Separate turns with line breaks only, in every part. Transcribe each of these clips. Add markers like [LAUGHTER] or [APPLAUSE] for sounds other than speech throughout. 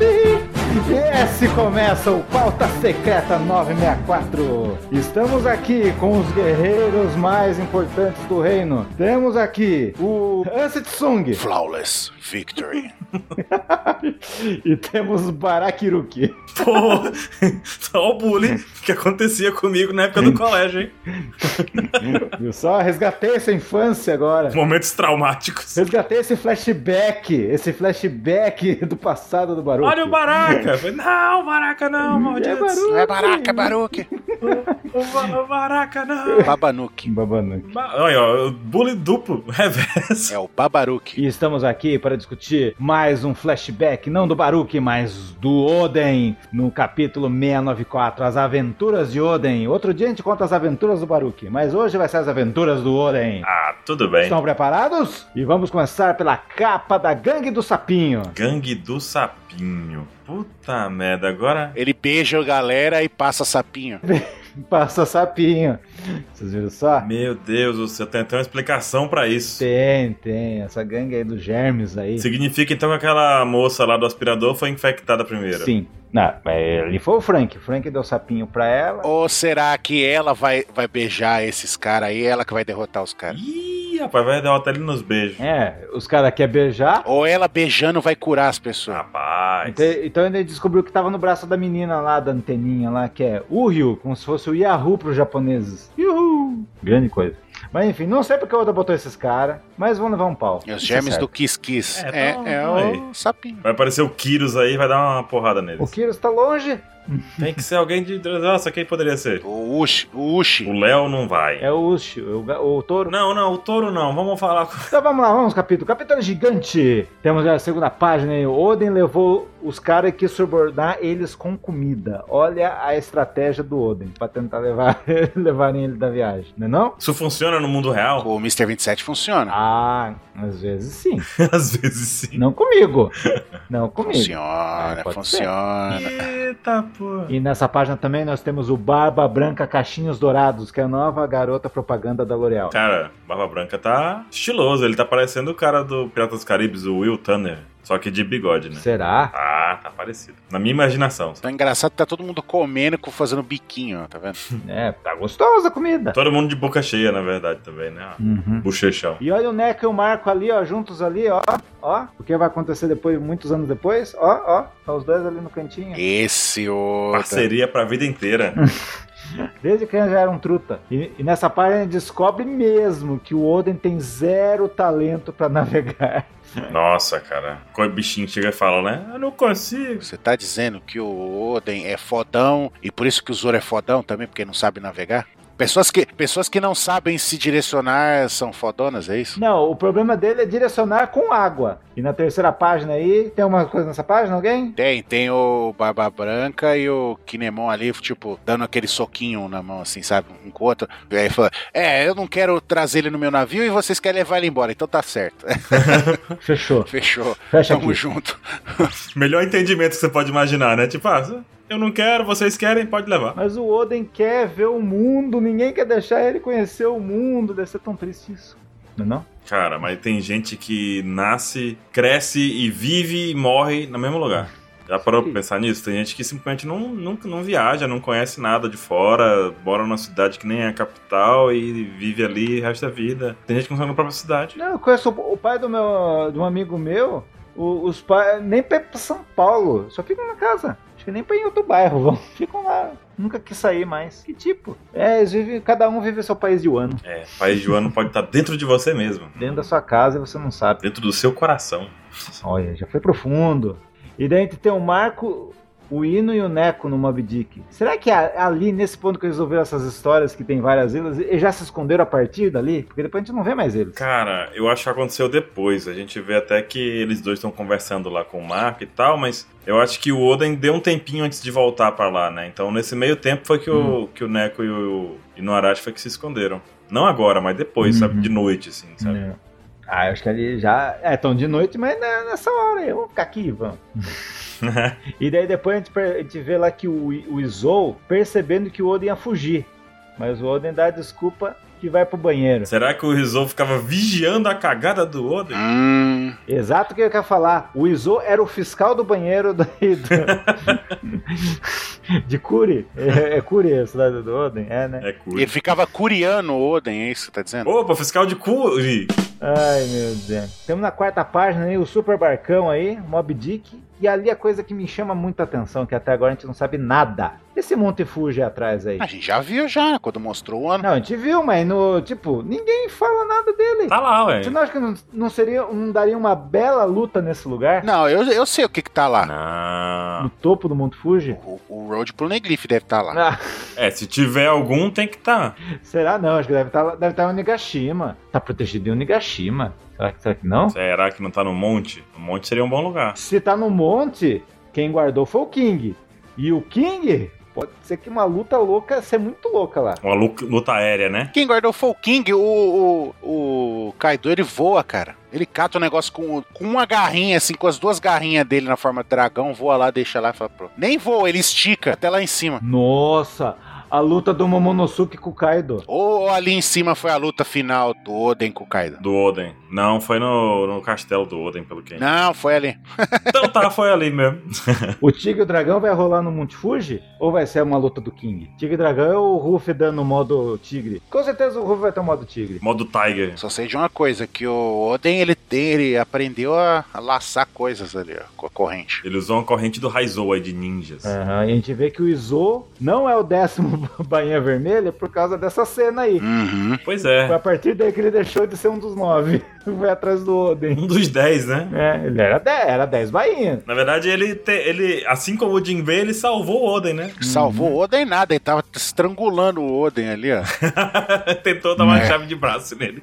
E se começa o Pauta Secreta 964. Estamos aqui com os guerreiros mais importantes do reino. Temos aqui o Ancet Sung
Flawless Victory.
[LAUGHS] e temos Barakiruki.
Pô, [LAUGHS] só o bullying que acontecia comigo na época do colégio, hein?
Eu só resgatei essa infância agora.
Momentos traumáticos.
Resgatei esse flashback, esse flashback do passado do Baruch.
Olha o Baraca! Falei, Não, Baraca não, maldito.
É Baruch.
É baraca, baruque.
O, Ba- o Baraca não.
Babanuque.
Babanuque.
Ba- Olha, ó, bullying duplo, [LAUGHS] reverso.
É o babaruque.
E estamos aqui para discutir mais um flashback, não do Baruque, mas do Oden, no capítulo 694, As Aventuras de Oden. Outro dia a gente conta as aventuras do Baruque, mas hoje vai ser as aventuras do Oden.
Ah, tudo bem.
Estão preparados? E vamos começar pela capa da Gangue do Sapinho. [LAUGHS]
Gangue do Sapinho. Puta merda, agora.
Ele beija a galera e passa sapinho.
Passa sapinho. Vocês viram só?
Meu Deus do céu, tem até uma explicação pra isso.
Tem, tem. Essa gangue aí dos germes aí.
Significa então que aquela moça lá do aspirador foi infectada primeiro.
Sim. Não, mas ele foi o Frank. O Frank deu sapinho pra ela.
Ou será que ela vai, vai beijar esses caras aí? Ela que vai derrotar os caras?
Ih, rapaz, vai dar até ele nos beijos.
É, os caras querem beijar.
Ou ela beijando vai curar as pessoas?
Rapaz.
Então, então ele descobriu que tava no braço da menina lá, da anteninha lá, que é Uryu, como se fosse o Yahoo pros japoneses. Yuhu! Grande coisa. Mas enfim, não sei porque o Oda botou esses caras, mas vão levar um pau.
É os
Isso
germes
certo.
do Kiss Kiss.
É,
É,
então,
é,
aí.
o sapinho.
Vai aparecer o Kyrus aí, vai dar uma porrada
O
neles.
Kyrus tá longe.
Tem que ser alguém de. Nossa, quem poderia ser?
O Ushi. O Ushi.
O Léo não vai.
É o Ushi, o, ga- o touro.
Não, não, o touro não. Vamos falar com.
Então vamos lá, vamos capítulo. Capitão Gigante. Temos a segunda página aí. O Oden levou os caras que subornar eles com comida. Olha a estratégia do Oden pra tentar levar, [LAUGHS] levarem ele da viagem, não é não?
Isso funciona no mundo real?
O Mr. 27 funciona.
Ah, às vezes sim.
[LAUGHS] Às vezes sim.
Não comigo. Não comigo.
Funciona,
É, pode
funciona.
Eita, pô.
E nessa página também nós temos o Barba Branca Caixinhos Dourados, que é a nova garota propaganda da L'Oreal.
Cara, Barba Branca tá estiloso. Ele tá parecendo o cara do Piratas dos Caribes, o Will Turner. Só que de bigode, né?
Será?
Ah, tá parecido. Na minha imaginação.
Tá engraçado, tá todo mundo comendo, com- fazendo biquinho, ó, tá vendo?
É, tá gostosa a comida.
Todo mundo de boca cheia, na verdade, também, né?
Uhum.
Bochechão.
E olha o Neco e o Marco ali, ó, juntos ali, ó, ó. O que vai acontecer depois, muitos anos depois, ó, ó. Tá os dois ali no cantinho.
Esse outro.
Parceria pra vida inteira.
Desde criança já eram truta. E, e nessa página ele descobre mesmo que o Oden tem zero talento pra navegar.
Nossa, cara. Quando o bichinho chega e fala, né? Eu não consigo.
Você tá dizendo que o Oden é fodão e por isso que o Zoro é fodão também, porque não sabe navegar? Pessoas que, pessoas que não sabem se direcionar são fodonas, é isso?
Não, o problema dele é direcionar com água. E na terceira página aí, tem alguma coisa nessa página,
[LAUGHS]
alguém?
Tem, tem o Barba Branca e o Kinemon ali, tipo, dando aquele soquinho na mão, assim, sabe? Um com o outro. E aí fala, é, eu não quero trazer ele no meu navio e vocês querem levar ele embora, então tá certo. [LAUGHS]
Fechou.
Fechou,
Fecha
tamo
aqui.
junto.
Melhor entendimento que você pode imaginar, né? Tipo, ah, eu não quero, vocês querem, pode levar.
Mas o Oden quer ver o mundo, ninguém quer deixar ele conhecer o mundo. Deve ser tão triste isso. Não é não?
Cara, mas tem gente que nasce, cresce e vive e morre no mesmo lugar. Já parou pra pensar nisso? Tem gente que simplesmente não, nunca não viaja, não conhece nada de fora, mora numa cidade que nem é a capital e vive ali o resto da vida. Tem gente que não sai na própria cidade.
Não, eu conheço o o pai do meu, de um amigo meu. o- Os pais nem pra ir pra São Paulo, só ficam na casa. Acho que nem pra ir em outro bairro, [LAUGHS] vão. Ficam lá. Nunca quis sair mais. Que tipo? É, eles vivem, cada um vive seu país de um ano.
É, o país de Joana pode estar dentro de você mesmo,
Dentro da sua casa e você não sabe.
dentro do seu coração.
Olha, já foi profundo. E daí a gente tem o Marco, o Hino e o Neco no Mob Dick. Será que a- ali, nesse ponto que resolveram essas histórias que tem várias ilhas, eles já se esconderam a partir dali? Porque depois a gente não vê mais eles.
Cara, eu acho que aconteceu depois. A gente vê até que eles dois estão conversando lá com o Marco e tal, mas eu acho que o Oden deu um tempinho antes de voltar pra lá, né? Então nesse meio tempo foi que,
Hum.
o, que o Neko e o Inuarashi foi que se esconderam. Não agora, mas depois,
Uhum.
sabe? De noite, assim, sabe?
Não. Ah, eu acho que ali já. É, tão de noite, mas na- nessa hora aí, vamos ficar aqui, vamos. E daí depois a gente, per- a gente vê lá que o, I- o Izou percebendo que o Oden ia fugir. Mas o Oden dá a desculpa que vai pro banheiro.
Será que o Rizou ficava vigiando a cagada do
Ah.
Oden?
Hum,
Exato o que eu quero falar. O Izo era o fiscal do [LAUGHS] banheiro da, do- de Curi. É, é Curi a cidade do Oden? É, né?
É cool.
ele ficava curiando o Oden, é isso que você tá dizendo?
Opa, fiscal de cu. Ih,
Ai, meu Deus. Estamos na quarta página, né? o super barcão aí, Mob Dick. E ali a coisa que me chama muita atenção, que até agora a gente não sabe nada. Esse Monte Fuji atrás aí.
A gente já viu já, quando mostrou o ano.
Não, a gente viu, mas no, tipo, ninguém fala nada dele.
Tá lá, ué.
Você não acha que não, não seria, não daria uma bela luta nesse lugar?
Não, eu, eu sei o que que tá lá.
No
Não.
topo do Monte Fuji?
O, o Road pro Neglyph deve estar lá.
Ah,
É, se tiver algum, tem que tá.
será não? Acho que deve estar deve tá no Nigashima. Tá protegido em Nigashima. Será que, será que não?
Será que não tá no monte? O monte seria um bom lugar.
Se tá no monte, quem guardou foi o King. E o King, pode ser que uma luta louca, ser muito louca lá.
Uma lu- luta aérea, né?
Quem guardou foi o King, o, o, o Kaido, ele voa, cara. Ele cata o negócio com, com uma garrinha, assim, com as duas garrinhas dele na forma de dragão, voa lá, deixa lá e fala, pronto. Nem voa, ele estica até lá em cima.
Nossa, a luta do Momonosuke com o Kaido.
Ou ali em cima foi a luta final do Oden com o Kaido?
Do Oden. Não, foi no, no castelo do Oden, pelo que.
Não, foi ali.
Então tá, foi ali mesmo.
O Tigre e o Dragão vai rolar no Monte Fuji? Ou vai ser uma luta do King? Tigre e Dragão é o Ruffy dando o modo Tigre. Com certeza o Ruffy vai ter o modo Tigre.
Modo Tiger.
Só sei de uma coisa, que o Oden, ele tem, ele aprendeu a, a laçar coisas ali, ó, com a corrente.
Ele usou uma corrente do Raizou aí de ninjas.
Aham, e a gente vê que o Izo não é o décimo [LAUGHS] bainha vermelha por causa dessa cena aí.
Uhum.
Pois
Foi
é.
a partir daí que ele deixou de ser um dos nove. [LAUGHS] Foi atrás do Oden.
Um dos dez, né?
É, ele era dez, era dez bainhas.
Na verdade, ele, te- ele assim como o Jinbei, ele salvou o Oden, né? [LAUGHS]
Salvou o Oden nada, ele tava estrangulando o Oden ali, ó. [LAUGHS]
Tentou dar uma
É.
chave de braço nele.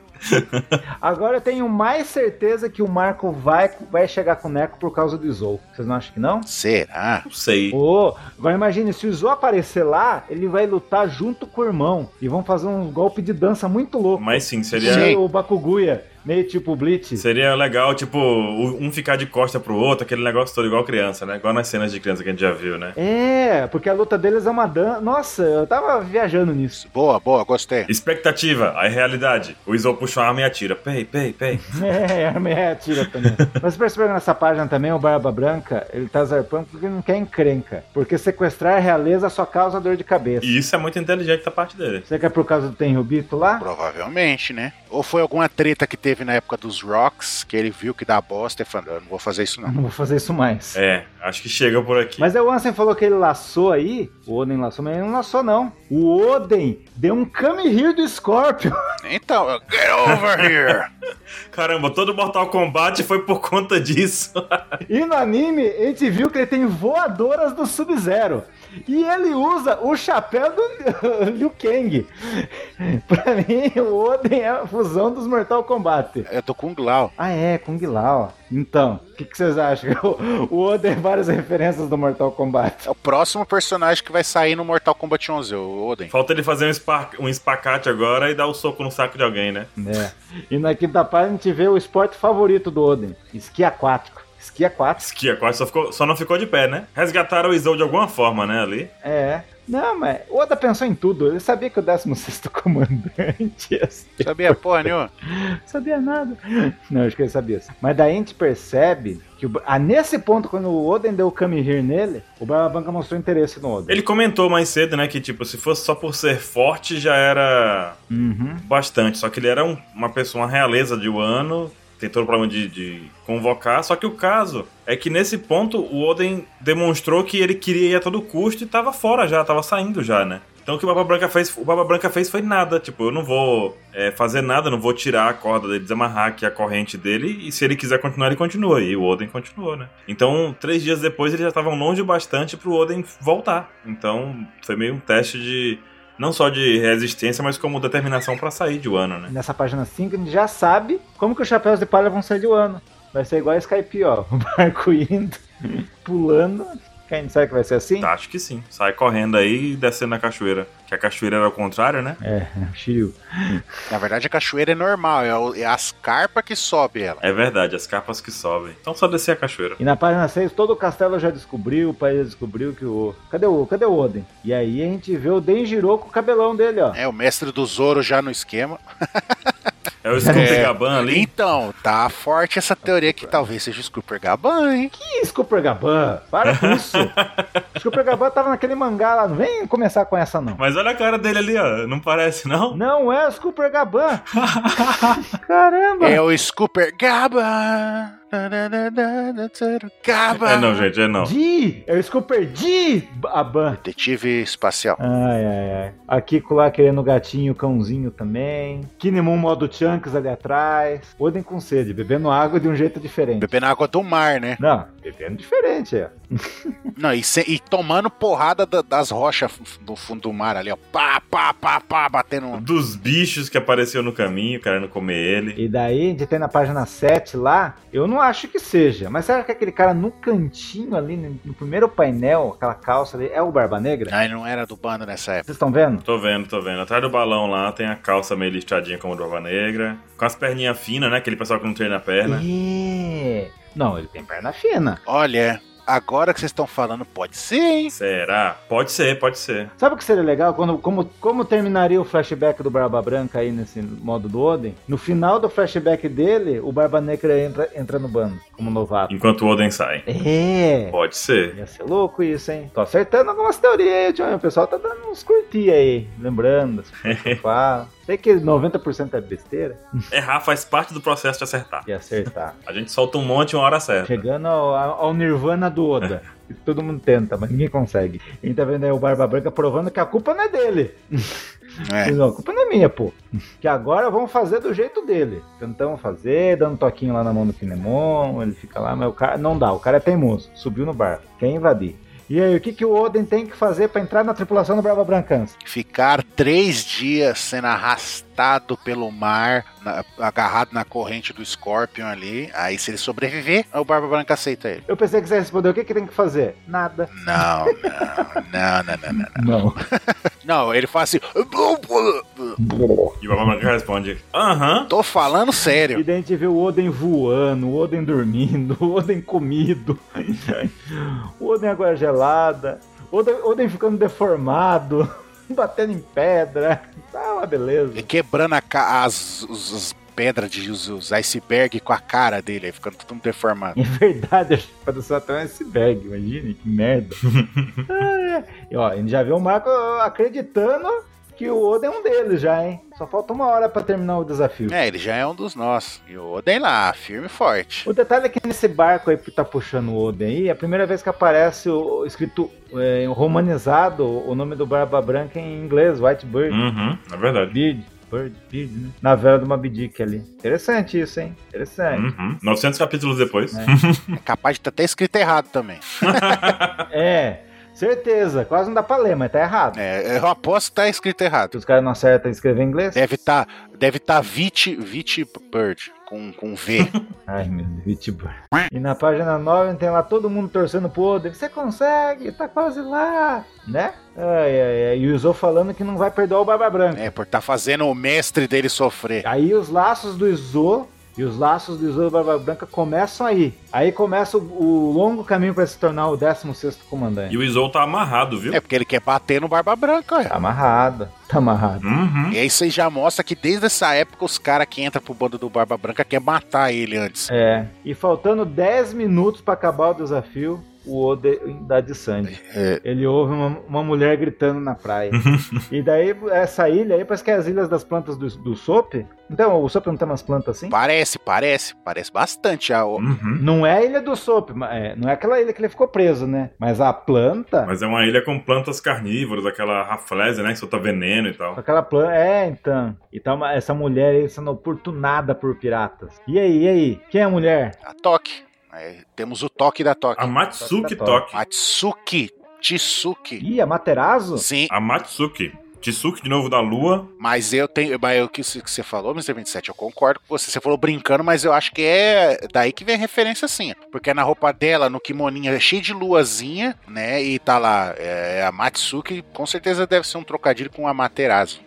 Agora eu tenho mais certeza que o Marco vai, vai chegar com o Neco por causa do Izou. Vocês não acham que não?
Será?
Não sei.
Ô, agora imagine, se o Izou aparecer lá, ele vai lutar junto com o irmão. E vão fazer um golpe de dança muito louco.
Mas sim, seria.
Sim.
Meio o Bakuguya, meio tipo o Blitz.
Seria legal, tipo, o- um ficar de costa pro outro, aquele negócio todo igual criança, né? Igual nas cenas de criança que a gente já viu, né?
É, porque a luta deles é uma dança. Nossa, eu tava viajando nisso.
Boa, boa, gostei.
Expectativa, aí realidade. O Izou puxa uma arma e atira. Pei, pei, pei.
[LAUGHS] É, a meia atira também. Mas perceberam nessa página também, o Barba Branca, ele tá zarpando porque ele não quer encrenca. Porque sequestrar a realeza só causa dor de cabeça.
E isso é muito inteligente da parte dele.
Será que é por causa do Tenryubito lá?
Provavelmente, né? Ou foi alguma treta que teve na época dos Rocks, que ele viu que dá bosta e falou, eu não vou fazer isso não.
Não vou fazer isso mais.
É, acho que chega por aqui.
Mas aí o Ansem falou que ele laçou aí. O Oden laçou, mas ele não laçou, não. O Oden deu um Kami Hill do Scorpion.
[LAUGHS] Então, eu- get over here!
Caramba, todo Mortal Kombat foi por conta disso. [LAUGHS]
E no anime, a gente viu que ele tem voadoras do Sub-Zero. E ele usa o chapéu do [LAUGHS] Liu Kang. [LAUGHS] pra mim, o Oden é a fusão dos Mortal Kombat.
[LAUGHS] Eu tô com o Glau.
Ah, é, Kung Lao. Então, o que, que vocês acham? [LAUGHS] O Oden é várias referências do Mortal Kombat.
É o próximo personagem que vai sair no Mortal Kombat 11, o Oden.
Falta ele fazer um, spa- um espacate agora e dar o soco no saco de alguém, né?
É. E na quinta página a gente vê o esporte favorito do Oden: esqui aquático. Esqui aquático.
Esquia, é quase só, ficou- só não ficou de pé, né? Resgataram o Izou de alguma forma, né, ali.
É. Não, mas o Oda pensou em tudo. Ele sabia que o 16 [LAUGHS] comandante ia ser.
Sabia porra nenhuma?
Sabia nada. Não, acho que ele sabia. sim. Mas daí a gente percebe que o- ah, nesse ponto, quando o Oden deu o Kamihir nele, o Barabanca mostrou interesse no Oden.
Ele comentou mais cedo, né, que tipo, se fosse só por ser forte já era
Uhum.
bastante. Só que ele era um- uma pessoa, uma realeza de um Wano, tem todo o problema de, de convocar. Só que o caso é que nesse ponto o Oden demonstrou que ele queria ir a todo custo e tava fora já, tava saindo já, né? Então o que o Baba Branca fez, o Baba Branca fez foi nada. Tipo, eu não vou é, fazer nada, não vou tirar a corda dele, desamarrar aqui a corrente dele, e se ele quiser continuar, ele continua. E o Oden continuou, né? Então, três dias depois, eles já estavam longe o bastante pro Oden voltar. Então, foi meio um teste de não só de resistência, mas como determinação pra sair de Wano, né?
Nessa página 5, a gente já sabe como que os chapéus [LAUGHS] de palha vão sair do ano. Vai ser igual a Skype, ó. O barco indo, pulando. Quem sabe que vai ser assim?
Tá, Acho que sim. Sai correndo aí e descendo na cachoeira. Que a cachoeira era ao contrário, né?
É, Shiryu.
Na verdade, a cachoeira é normal, é, o- é as carpas que sobe ela.
É verdade, as capas que sobem. Então só descer a cachoeira.
E na página 6, todo o castelo já descobriu, o país já descobriu que o. Cadê o, cadê o Oden? E aí a gente vê o Denjiro com o cabelão dele, ó.
É, o mestre do Zoro já no esquema.
É o Scooby
[LAUGHS] É.
Gaban ali.
Então, tá forte essa teoria que talvez seja o Scooper Gaban, hein?
Ih, Scooper Gaban, para com isso. Scooper Gaban tava naquele mangá lá, não vem começar com essa não.
Mas olha a cara dele ali, ó. Não parece, não?
Não é Scooper Gaban. Caramba.
É o Scooper Gaban. Gaban.
É não, gente, é não.
Di, é o Scooper Di Aban.
Detetive espacial.
Ai, ai, ai. A Kiko lá querendo o gatinho, o cãozinho também. Kinemon modo Chunks ali atrás. Odem com sede, bebendo água de um jeito diferente.
Bebendo água do mar, né?
Não, bebendo diferente, é.
Não, e, se- e tomando porrada da- das rochas f- do fundo do mar ali, ó. Pá, pá, pá, pá, batendo. um-
Dos bichos que apareceu no caminho, querendo comer ele.
E daí a gente tem na página 7 lá, eu não acho que seja, mas será que aquele cara no cantinho ali, no no primeiro painel, aquela calça ali, é o Barba Negra?
Aí não era do bando nessa época.
Vocês estão vendo?
Tô vendo, tô vendo. Atrás do balão lá tem a calça meio listradinha como do Ova Negra. Com as perninhas finas, né? Aquele pessoal que não treina a perna.
É. Não, ele tem perna fina.
Olha, agora que vocês estão falando, pode ser, hein?
Será? Pode ser, pode ser.
Sabe o que seria legal? Quando, como, como terminaria o flashback do Barba Branca aí nesse modo do Odin? No final do flashback dele, o Barba Negra entra, entra no bando, como novato.
Enquanto o Oden sai.
É.
Pode ser.
Ia ser louco isso, hein? Tô acertando algumas teorias aí, Johnny. O pessoal tá dando uns curtir aí, lembrando. as coisas que eu falo. Sei que 90% é besteira.
Errar faz parte do processo de acertar.
E acertar.
A gente solta um monte uma hora certa.
Chegando ao, ao Nirvana do Oda. que Todo mundo tenta, mas ninguém consegue. A gente tá vendo aí o Barba Branca provando que a culpa não é dele.
É.
Não, a culpa não é minha, pô. Que agora vamos fazer do jeito dele. Tentamos fazer, dando um toquinho lá na mão do Kinemon, ele fica lá, mas o cara não dá, o cara é teimoso. Subiu no bar, quer invadir. E aí, o que, que o Oden tem que fazer pra entrar na tripulação do Brava Brancans?
Ficar três dias sendo arrastado pelo mar, na- agarrado na corrente do Scorpion ali. Aí, se ele sobreviver, o Barba Branca aceita ele.
Eu pensei que você respondeu, o que, que tem que fazer? Nada.
Não, não, não, não, não, não.
Não.
Não, ele fala assim.
E o Baba Branca responde: Aham.
Tô falando sério.
E daí a gente vê o Oden voando, o Oden dormindo, [LAUGHS] o Oden comido, o Oden água gelada, o Oden, Oden ficando deformado, [LAUGHS] batendo em pedra. Tá uma beleza. [LAUGHS]
E quebrando a ca- as, os- as pedras de os, os iceberg com a cara dele, aí ficando todo mundo deformado.
É verdade, acho que pode ser até um iceberg, imagine, que merda. Ah, é. E, ó, a gente já vê o Marco acreditando que o Oden é um deles já, hein? Só falta uma hora pra terminar o desafio.
É, ele já é um dos nossos. E o Oden lá, firme e forte.
O detalhe é que nesse barco aí que tá puxando o Oden aí, é a primeira vez que aparece o, o escrito é, romanizado o nome do Barba Branca em inglês, White Bird.
Uhum, é verdade.
Beard, Bird, Beard, né? Na vela do Moby Dick ali. Interessante isso, hein? Interessante.
Uhum. 900 capítulos depois.
É.
É capaz de estar até escrito errado também.
É, certeza. Quase não dá pra ler, mas tá errado.
É, eu aposto que tá escrito errado.
Que os caras não acertam em escrever em inglês.
Deve estar tá, deve tá Vit, Vit Bird, com, com V.
Ai, meu Deus, Vitibur. E na página 9 tem lá todo mundo torcendo pro Oden. Você consegue, tá quase lá, né? Ai, ai, ai. E o Izo falando que não vai perdoar o Barba Branca.
né, por tá fazendo o mestre dele sofrer.
Aí os laços do Izo e os laços do Izo e do Barba Branca começam aí. Aí começa o, o longo caminho pra se tornar o 16 comandante.
E o Izou tá amarrado, viu?
É porque ele quer bater no Barba Branca, olha.
Tá amarrado, tá amarrado.
Uhum.
E aí isso aí já mostra que desde essa época os caras que entram pro bando do Barba Branca quer matar ele antes.
É. E faltando 10 minutos pra acabar o desafio. O Oden dá de sangue.
É.
Ele ouve uma, uma mulher gritando na praia. E daí, essa ilha aí, parece que é as ilhas das plantas do, do Sop. Então, o Sop não tem umas plantas assim?
Parece, parece, parece bastante. A,
Uhum.
Não é a ilha do Sop, ma- é, não é aquela ilha que ele ficou preso, né? Mas a planta,
Mas é uma ilha com plantas carnívoras, aquela raflésia, né? Que solta veneno e tal.
aquela planta, é, então. E tá uma- essa mulher aí sendo oportunada por piratas. E aí, e aí? Quem é a mulher?
a Toque. Aí temos o Toque da Toque.
A
Toque.
Matsuki Toque.
Matsuki Tsuki. [LAUGHS]
Ih, a Materazo?
Sim,
A Matsuki. Tsuki de novo da Lua.
Mas eu tenho. Mas eu- o que você falou, Mr. 27, eu concordo com você. Você falou brincando, mas eu acho que é daí que vem a referência, sim. Porque é na roupa dela, no kimoninho, é cheio de luazinha, né? E tá lá, é, a Matsuki, com certeza deve ser um trocadilho com a Materazi.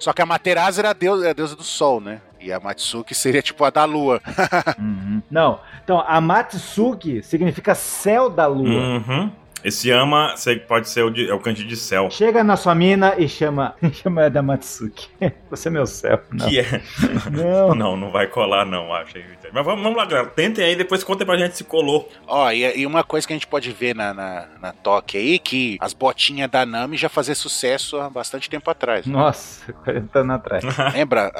Só que a Materazi era a deusa, era a deusa do sol, né? E a Matsuki seria tipo a da lua.
Uhum. Não. Então, a Matsuki significa céu da lua.
Uhum. Esse ama você pode ser o, de, é o canto de céu.
Chega na sua mina e chama, [LAUGHS] chama ela da Matsuki. [LAUGHS] Você é meu céu.
[LAUGHS]
Não.
Que é.
Não.
Não, não vai colar, não, acho. Mas vamos, vamos lá, galera. Tentem aí, depois contem pra gente se colou.
Ó, e, e uma coisa que a gente pode ver na, na, na Toque aí, que as botinhas da Nami já faziam sucesso há bastante tempo atrás. né?
[LAUGHS] Nossa, 40 anos atrás.
Lembra?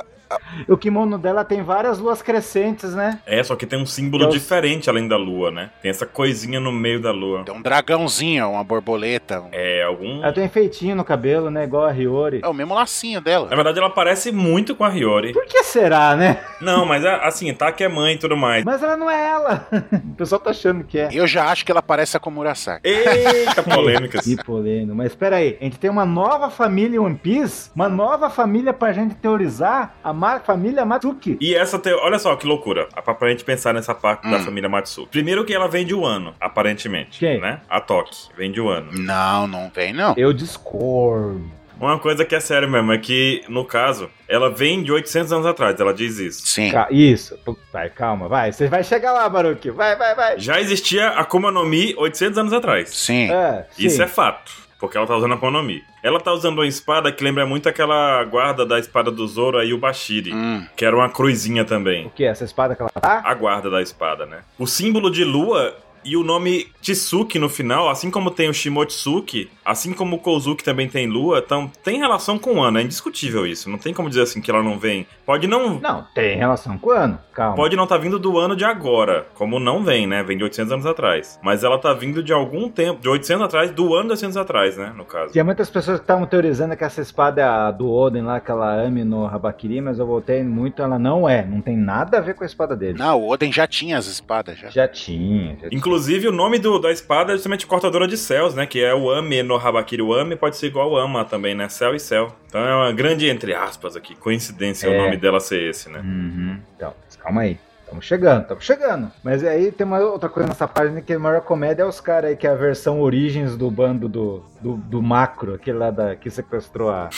O kimono dela tem várias luas crescentes, né?
É, só que tem um símbolo
Eu-
diferente além da lua, né? Tem essa coisinha no meio da lua.
É um dragãozinho, uma borboleta. um-
É, algum.
Ela tem um feitinho no cabelo, né? Igual a Hiyori.
É o mesmo lacinho dela.
Na verdade, ela parece muito com a Hiyori.
Por que será, né?
Não, mas é, assim, tá que é mãe e tudo mais.
Mas ela não é ela. [LAUGHS] O pessoal tá achando que é.
Eu já acho que ela parece a Komurasaki.
[LAUGHS]
Eita, polêmicas.
Que polêmico. Mas espera aí, a gente tem uma nova família em One Piece, uma nova família pra gente teorizar, a ma- família Matsuki.
E essa te... Olha só que loucura. Pra pra gente pensar nessa parte da
Hum.
família Matsuki. Primeiro que ela vem de Wano, aparentemente.
Quem?
Né? A Toque. Vem de Wano.
Não, não vem não.
Eu discordo.
Uma coisa que é séria mesmo é que, no caso, ela vem de 800 anos atrás, ela diz isso.
Sim.
Ca- Isso. Pô, Vai, calma, vai. Você vai chegar lá, Baruki. Vai, vai, vai.
Já existia a Akuma no Mi 800 anos atrás.
Sim.
É, sim.
Isso é fato. Porque ela tá usando a Akuma no Mi. Ela tá usando uma espada que lembra muito aquela guarda da espada do Zoro aí, o Bashiri.
Hum.
Que era uma cruzinha também.
O que? Essa espada que ela tá?
A guarda da espada, né? O símbolo de lua e o nome Tsuki no final, assim como tem o Shimotsuki, assim como o Kozuki também tem lua, então tem relação com o ano. É indiscutível isso. Não tem como dizer assim que ela não vem. Pode não
Não, tem relação com o ano. Calma.
Pode não estar tá vindo do ano de agora, como não vem, né? Vem de 800 anos atrás. Mas ela tá vindo de algum tempo, de 800 atrás, do ano de 800 atrás, né? No caso.
Tinha muitas pessoas que estavam teorizando que essa espada é a do Oden lá, que ela ame no Habakiri, mas eu voltei muito, ela não é. Não tem nada a ver com a espada dele.
Não, o Oden já tinha as espadas já.
Já tinha. Já tinha.
Inclusive, o nome do- da espada é justamente cortadora de céus, né? Que é o Ame no Habakiri. O Ame pode ser igual ao Ama também, né? Céu e céu. Então é uma grande, entre aspas, aqui, coincidência
É.
o nome dela ser esse, né?
Uhum. Então, mas calma aí. Estamos chegando, estamos chegando. Mas aí tem uma outra coisa nessa página que a maior comédia é os caras aí, que é a versão origens do bando do, do, do macro, aquele lá da, que sequestrou a,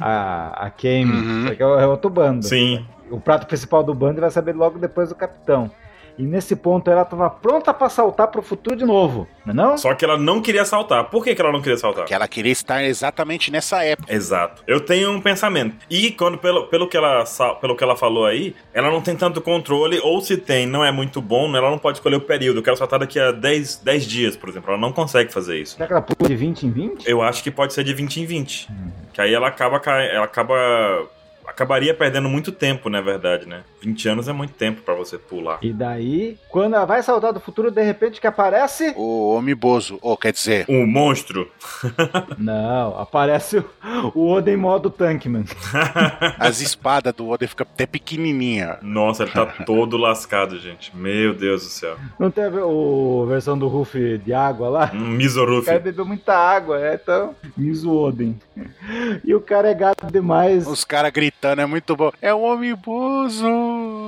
a, a Kame.
Uhum.
Só que é o- é outro bando.
Sim.
O prato principal do bando ele vai saber logo depois do capitão. E nesse ponto ela tava pronta pra saltar pro futuro de novo, não é não?
Só que ela não queria saltar. Por que, que ela não queria saltar?
Que ela queria estar exatamente nessa época.
Exato. Eu tenho um pensamento. E quando pelo, pelo, que ela, sa- pelo que ela falou aí, ela não tem tanto controle, ou se tem, não é muito bom, ela não pode escolher o período. Eu quero saltar daqui a 10, 10 dias, por exemplo. Ela não consegue fazer isso.
Será que ela pula de 20 em 20?
Eu acho que pode ser de 20 em 20. Que aí ela acaba. ca- Ela acaba. Acabaria perdendo muito tempo, na verdade, né? 20 anos é muito tempo pra você pular.
E daí, quando ela vai saltar do futuro, de repente que aparece.
O Omibozo, ou quer dizer,
Um monstro.
Não, aparece o, o Oden modo Tankman.
[LAUGHS] as espadas do Oden ficam até pequenininha.
Nossa, ele tá todo lascado, gente. Meu Deus do céu.
Não teve o versão do Ruff de água lá?
Um
O
Mizoruf.
cara bebeu muita água, é, então. Miso Oden. E o cara é gato demais.
Os caras gritando, é muito bom. É o Omibozo!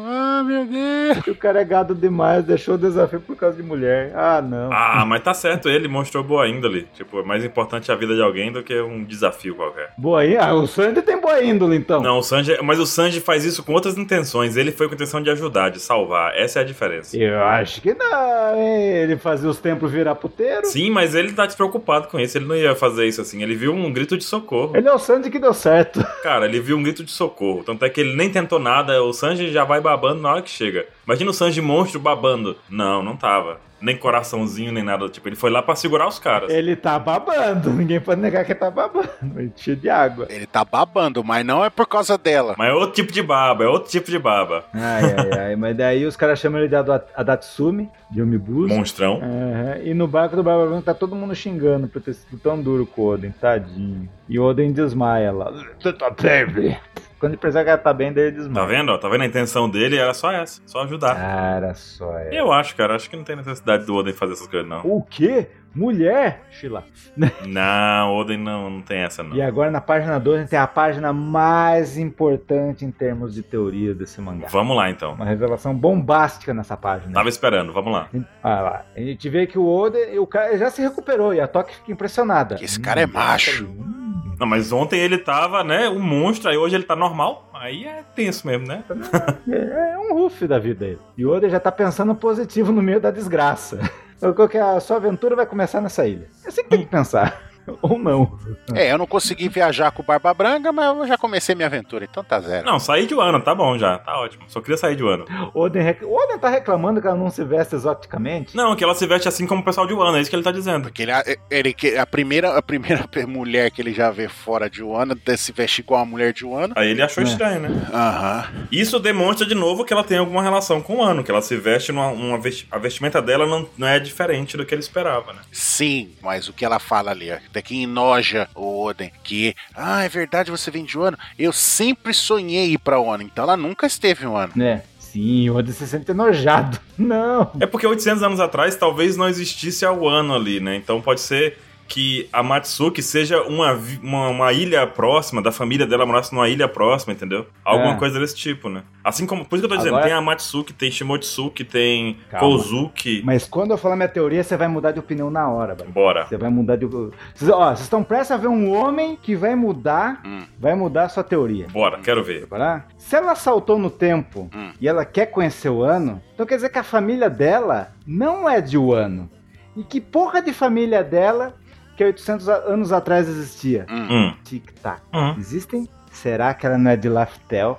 Ah, meu Deus!
E o cara é gato demais, deixou o desafio por causa de mulher. Ah, não.
Ah, mas tá certo, ele mostrou boa índole. Tipo, é mais importante a vida de alguém do que um desafio qualquer.
Boa índole. Ah, o Sandy tem boa índole, então.
Não, o Sanji. Mas o Sanji faz isso com outras intenções. Ele foi com a intenção de ajudar, de salvar. Essa é a diferença.
Eu acho que não, hein? Ele fazia os templos virar puteiro.
Sim, mas ele tá despreocupado com isso. Ele não ia fazer isso assim. Ele viu um grito de socorro.
Ele é o Sandy que deu certo.
Cara, ele viu um grito de socorro. Tanto é que ele nem tentou nada. O Sanji já vai babando na hora que chega. Imagina o Sanji monstro babando. Não, não tava. Nem coraçãozinho, nem nada. Tipo, ele foi lá pra segurar os caras.
Ele tá babando. Ninguém pode negar que tá babando. Ele Cheio de água.
Ele tá babando, mas não é por causa dela.
Mas é outro tipo de baba, é outro tipo de baba.
Ai, ai, ai. Mas daí os caras chamam ele de Ada- Adatsumi, de Omibusu.
Monstrão.
Aham, E no barco do Barba Branca tá todo mundo xingando por ter sido tão duro com o Oden, tadinho. E o Oden desmaia lá. Você tá bem, velho?" Quando ele percebe que ela tá bem, daí ele
Tá
desmaia.
vendo? ó? Tá vendo a intenção dele? Era só essa, só ajudar.
Cara, só é.
Eu acho, cara. Acho que não tem necessidade do Oden fazer essas coisas, não.
O quê? Mulher? Sheila.
Não, Oden não, não tem essa, não.
E agora na página 2 a gente tem a página mais importante em termos de teoria desse mangá.
Vamos lá, então.
Uma revelação bombástica nessa página.
Tá
Tava esperando, vamos lá.
Ah lá. A gente vê que o Oden, o cara já se recuperou e a Toque fica impressionada.
Que esse cara é macho.
hum,
Não, mas ontem ele tava, né, um monstro, aí hoje ele tá normal. Aí é tenso mesmo, né?
É é um roof da vida ele. E o Oden já tá pensando positivo no meio da desgraça. [LAUGHS] Qual que é a sua aventura vai começar nessa ilha. É assim que tem que pensar. [LAUGHS] Ou não.
É, eu não consegui viajar com o Barba Branca, mas eu já comecei minha aventura, então tá zero.
Não, saí de Wano, tá bom já, tá ótimo. Só queria sair de Wano.
Oden, rec... Oden tá reclamando que ela não se veste exoticamente?
Não, que ela se veste assim como o pessoal de Wano, é isso que ele tá dizendo.
Porque ele, ele, que- a, primeira, a primeira [LAUGHS] mulher que ele já vê fora de Wano de se vestir igual a mulher de um Wano.
Aí ele achou
É.
estranho, né?
Aham.
Isso demonstra de novo que ela tem alguma relação com o ano, que ela se veste numa. Uma vesti- a vestimenta dela não, não é diferente do que ele esperava, né?
Sim, mas o que ela fala ali, ó, até que enoja o Oden, que, ah, é verdade, você vem de Wano? Eu sempre sonhei ir pra Wano, então ela nunca esteve em Wano.
Né? Sim, o Oden se sente enojado. [LAUGHS] Não.
É porque 800 anos atrás talvez não existisse a Wano ali, né? Então pode ser que a Matsuki seja uma, vi- uma, uma ilha próxima, da família dela morasse numa ilha próxima, entendeu? Alguma
É.
coisa desse tipo, né? Assim como. Por isso que eu tô dizendo,
Agora-
tem a Matsuki, tem Shimotsuki, tem
Calma.
Kozuki.
Mas quando eu falar minha teoria, você vai mudar de opinião na hora, Barba.
Bora.
Você vai mudar de. Vocês, ó, vocês estão prestes a ver um homem que vai mudar,
Hum.
vai mudar a sua teoria.
Bora, quero ver.
Agora, se ela saltou no tempo
Hum.
e ela quer conhecer o ano, então quer dizer que a família dela não é de Wano. E que porra de família dela que 800 a- anos atrás existia?
Hum.
Hum.
Tic-tac.
Hum.
Existem? Será que ela não é de Laftel?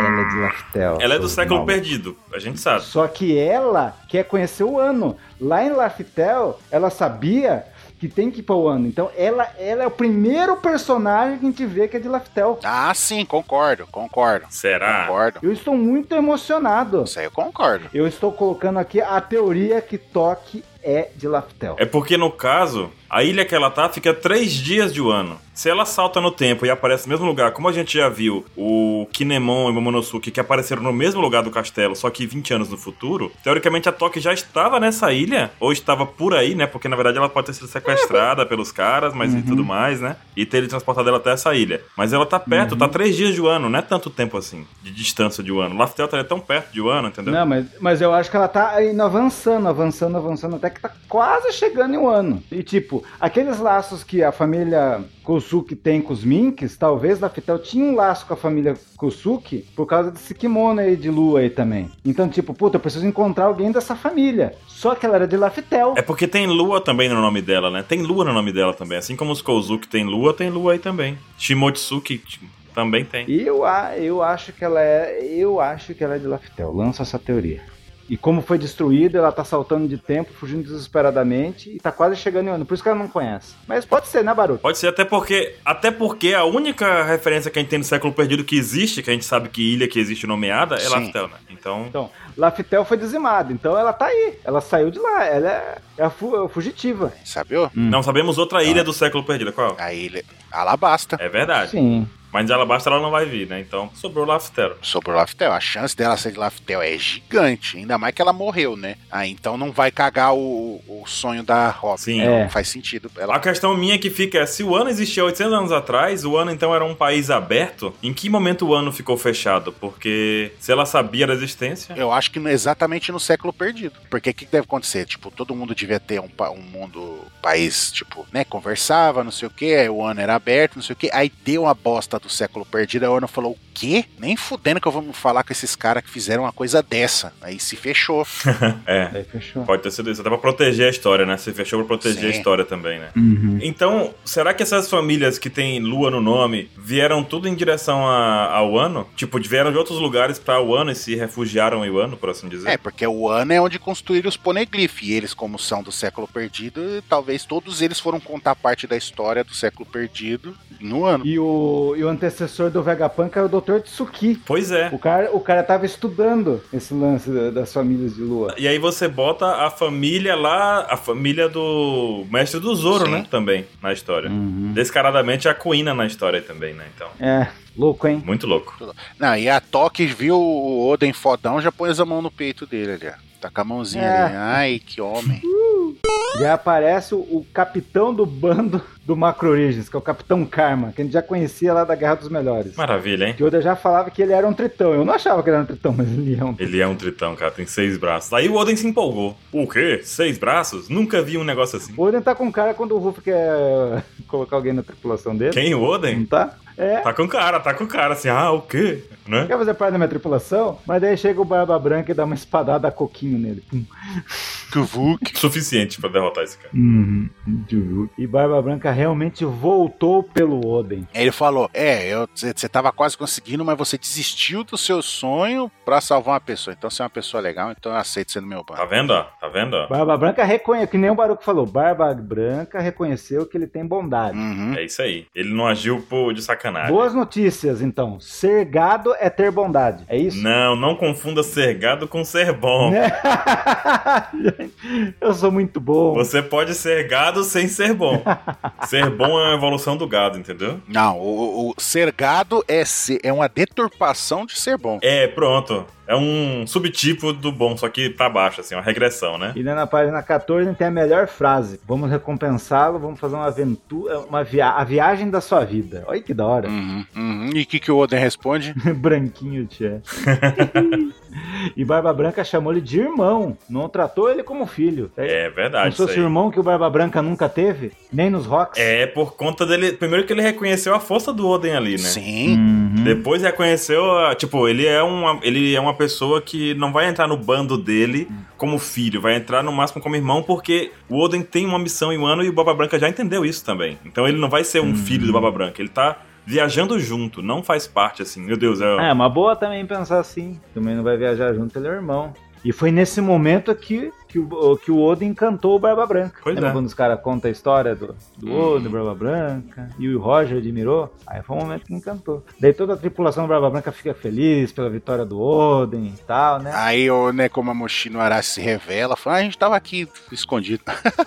Ela é de Laftel.
Ela é do
seu
século
mal.
perdido, a gente sabe.
Só que ela quer conhecer o ano. Lá em Laftel, ela sabia que tem que ir para o ano. Então ela, ela é o primeiro personagem que a gente vê que é de Laftel.
Ah, sim, concordo, concordo.
Será?
Concordo.
Eu estou muito emocionado.
Isso aí eu concordo.
Eu estou colocando aqui a teoria que Toque é de Laftel.
É porque, no caso, a ilha que ela tá fica três dias de Wano. Se ela salta no tempo e aparece no mesmo lugar, como a gente já viu o Kinemon e o Momonosuke que apareceram no mesmo lugar do castelo, só que 20 anos no futuro, teoricamente a Toque já estava nessa ilha, ou estava por aí, né? Porque, na verdade, ela pode ter sido sequestrada pelos caras, mas e
Uhum.
tudo mais, né? E ter ele transportado ela até essa ilha. Mas ela tá perto,
Uhum.
tá três dias de Wano, não é tanto tempo assim, de distância de Wano. Laftel tá tão perto de Wano, entendeu?
Não, mas, mas eu acho que ela tá indo avançando, avançando, avançando, até que tá quase chegando em um ano. E tipo, aqueles laços que a família Kosuke tem com os Minks, talvez Laftel tinha um laço com a família Kosuke por causa desse kimono aí de lua aí também. Então, tipo, puta, eu preciso encontrar alguém dessa família. Só que ela era de Laftel.
É porque tem lua também no nome dela, né? Tem lua no nome dela também. Assim como os Kozuki tem lua, tem lua aí também. Shimotsuki t- também tem.
E Eu, a- eu acho que ela é. Eu acho que ela é de Laftel. Lança essa teoria. E como foi destruída, ela tá saltando de tempo, fugindo desesperadamente e tá quase chegando em ano. Por isso que ela não conhece. Mas pode ser, né, Baruto?
Pode ser até porque, até porque a única referência que a gente tem do século perdido que existe, que a gente sabe que ilha que existe nomeada, é
Sim.
Laftel, né? Então,
Laftel foi dizimada, então ela tá aí. Ela saiu de lá. Ela é, é a fu- é a fugitiva.
Sabe?
não sabemos
Tá.
outra ilha do século perdido, qual?
Aí ele. Alabasta.
É verdade.
Ah, Sim.
Mas de Alabasta ela não vai vir, né? Então, sobrou Laftel.
Sobre o Laftel, a chance dela ser de Laftel é gigante, ainda mais que ela morreu, né? Ah, então não vai cagar o, o sonho da Robin.
Sim.
Então,
É.
Não faz sentido.
A
Ela
questão minha que fica é, se o ano existia 800 anos atrás, o ano então era um país aberto, em que momento o ano ficou fechado? Porque se ela sabia da existência...
Eu acho que no- exatamente no século perdido. Porque o que que deve acontecer? Tipo, todo mundo devia ter um, pa- um mundo, país, tipo, né? Conversava, não sei o que, aí o ano era aberto, não sei o que. Aí deu uma bosta do século perdido, aí o ano falou, o quê? Nem fudendo que eu vou me falar com esses caras que fizeram uma coisa dessa. Aí se fechou.
É,
Aí fechou.
Pode ter sido isso, até pra proteger a história, né? Você fechou pra proteger a
Sim.
história também, né?
Uhum.
Então, será que essas famílias que tem lua no nome vieram tudo em direção a, ao ano? Tipo, vieram de outros lugares pra ano e se refugiaram em ano, por assim dizer?
É, porque o ano é onde construíram os poneglyph. E eles, como são do século perdido, talvez todos eles foram contar parte da história do século perdido no ano.
E o, e o antecessor do Vegapunk é o Dr. Tsuki.
Pois é.
O cara, o cara tava estudando esse lance da- das famílias de lua.
E aí você bota a família lá, a família do mestre do Zoro,
Sim. Hum.
né? Também, na história. Descaradamente a Kuina na história também, né? Então,
Uhum. É, louco, hein?
muito louco.
Não, e a Toque viu o Oden fodão, já pôs a mão no peito dele ali, ó. Tá com a mãozinha
É.
ali. Ai, que homem.
Já aparece o, o capitão do bando do Macro Origins, que é o Capitão Karma, que a gente já conhecia lá da Guerra dos Melhores.
Maravilha, hein?
Que o Oda já falava que ele era um tritão. Eu não achava que ele era um tritão, mas ele é um
Ele é um tritão, cara, tem seis braços. Aí o Oden se empolgou. O quê? Seis braços? Nunca vi um negócio assim.
O Oden tá com cara quando o Ruff quer [LAUGHS] colocar alguém na tripulação dele.
Quem? O Oden?
Não tá? É.
Tá com cara, tá com cara assim, ah, o quê? Né?
Quer fazer parte da minha tripulação? Mas daí chega o Barba Branca e dá uma espadada a coquinho nele. Pum.
Kuvuk.
Suficiente pra derrotar esse cara.
E Barba Branca realmente voltou pelo Oden.
Ele falou: É, você tava quase conseguindo, mas você desistiu do seu sonho pra salvar uma pessoa. Então você é uma pessoa legal, então eu aceito ser no meu
Tá
bando.
vendo, ó? Tá vendo, ó?
Barba Branca reconhece, que nem o Baruco falou, Barba Branca reconheceu que ele tem bondade.
Uhum.
É isso aí. Ele não agiu por, de sacanagem.
Boas notícias, então. Ser gado é ter bondade. É isso?
Não, não confunda ser gado com ser bom.
Né? [LAUGHS] Eu sou muito bom.
Você pode ser gado sem
[LAUGHS]
ser bom. ser bom é uma evolução do gado, entendeu?
Não, o, o- o ser gado é, ser- é uma deturpação de ser bom.
É, pronto. É um subtipo do bom, só que pra baixo, assim, uma regressão, né?
E né, na página 14 tem a melhor frase. Vamos recompensá-lo, vamos fazer uma aventura, uma via a viagem da sua vida. Olha que da hora.
Uhum, uhum. E o [LAUGHS] que, que o Oden responde?
[LAUGHS]
Hum.
Branquinho, tchê.
[LAUGHS]
e Barba Branca chamou ele de irmão. Não tratou ele como filho.
É
não
verdade. Isso
fosse o
aí.
irmão que o Barba Branca nunca teve, nem nos rocks.
É por conta dele. Primeiro que ele reconheceu a força do Oden ali, né?
Sim.
Uhum.
Depois reconheceu, a- tipo, ele é, uma, ele é uma pessoa que não vai entrar no bando dele
Hum.
como filho, vai entrar no máximo como irmão, porque o Oden tem uma missão em um ano e o Baba Branca já entendeu isso também. Então ele não vai ser um filho
Hum.
do Baba Branca, ele tá viajando junto, não faz parte assim. Meu Deus, é,
É, uma boa também pensar assim. Também não vai viajar junto, ele é irmão. E foi nesse momento que, que, o, que o Odin cantou o Barba Branca.
Pois
Lembra
é. Uhum.
quando os caras contam a história do, do Odin, Barba Branca, e o Roger admirou? Aí foi o momento que encantou. Daí toda a tripulação do Barba Branca fica feliz pela vitória do Odin e tal,
[LAUGHS]
né?
Aí o Nekomamushi no Arashi se revela, fala, ah, a gente tava aqui escondido.
né?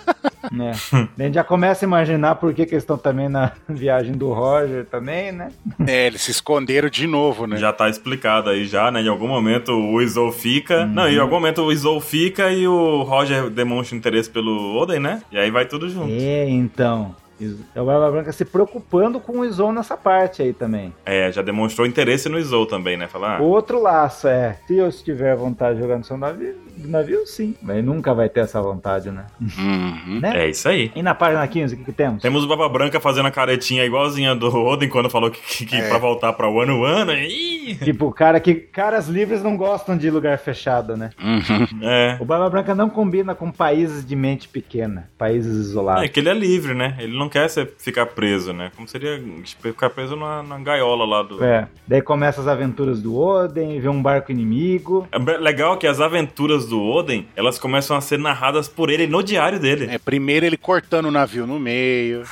Daí a gente já começa a imaginar por que, que eles estão também na [LAUGHS] viagem do Roger também, né?
é, eles se esconderam de novo, né?
já tá explicado aí já, né? Em algum momento o Izou fica.
Uhum.
Não, em algum momento o Izou fica e o Roger demonstra interesse pelo Oden, né? E aí vai tudo junto.
É, então. Is- É o Barba Branca se preocupando com o Izon nessa parte aí também.
É, já demonstrou interesse no Izou também, né? Falar, ah,
Outro laço é, se eu estiver à vontade de jogar no seu navio, do navio, sim. Mas nunca vai ter essa vontade, né?
Uhum.
é isso aí.
E na página 15, o que, que temos?
Temos o Baba Branca fazendo a caretinha igualzinha do Oden quando falou que, que, que
É.
pra voltar pra Wano Wano. Ih!
[LAUGHS] Tipo, cara que caras livres não gostam de lugar fechado, né?
Uhum.
É.
O Barba Branca não combina com países de mente pequena, países
É
isolados.
que ele é livre, né? Ele não quer ser, ficar preso, né? Como seria ficar preso na, na gaiola lá do. É.
É. Daí começa as aventuras do Oden, vê um barco inimigo.
É be- legal que as aventuras do Oden elas começam a ser narradas por ele no diário dele.
É, primeiro ele cortando o navio no meio.